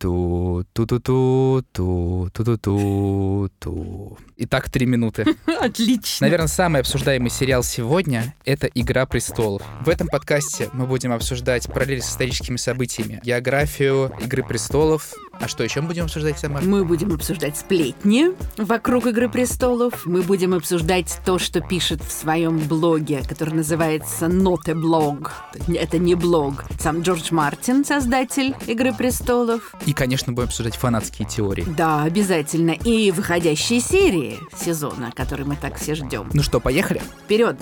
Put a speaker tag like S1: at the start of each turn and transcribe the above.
S1: Ту-ту, ту-ту-ту, ту-ту-ту-ту-ту. И так три минуты.
S2: Отлично.
S1: Наверное, самый обсуждаемый сериал сегодня — это «Игра престолов». В этом подкасте мы будем обсуждать параллели с историческими событиями, географию «Игры престолов». А что еще мы будем обсуждать, Самар?
S2: Мы будем обсуждать сплетни вокруг «Игры престолов». Мы будем обсуждать то, что пишет в своем блоге, который называется «Ноте блог». Это не блог. Сам Джордж Мартин, создатель «Игры престолов».
S1: И, конечно, будем обсуждать фанатские теории.
S2: Да, обязательно. И выходящие серии сезона, который мы так все ждем.
S1: Ну что, поехали?
S2: Вперед!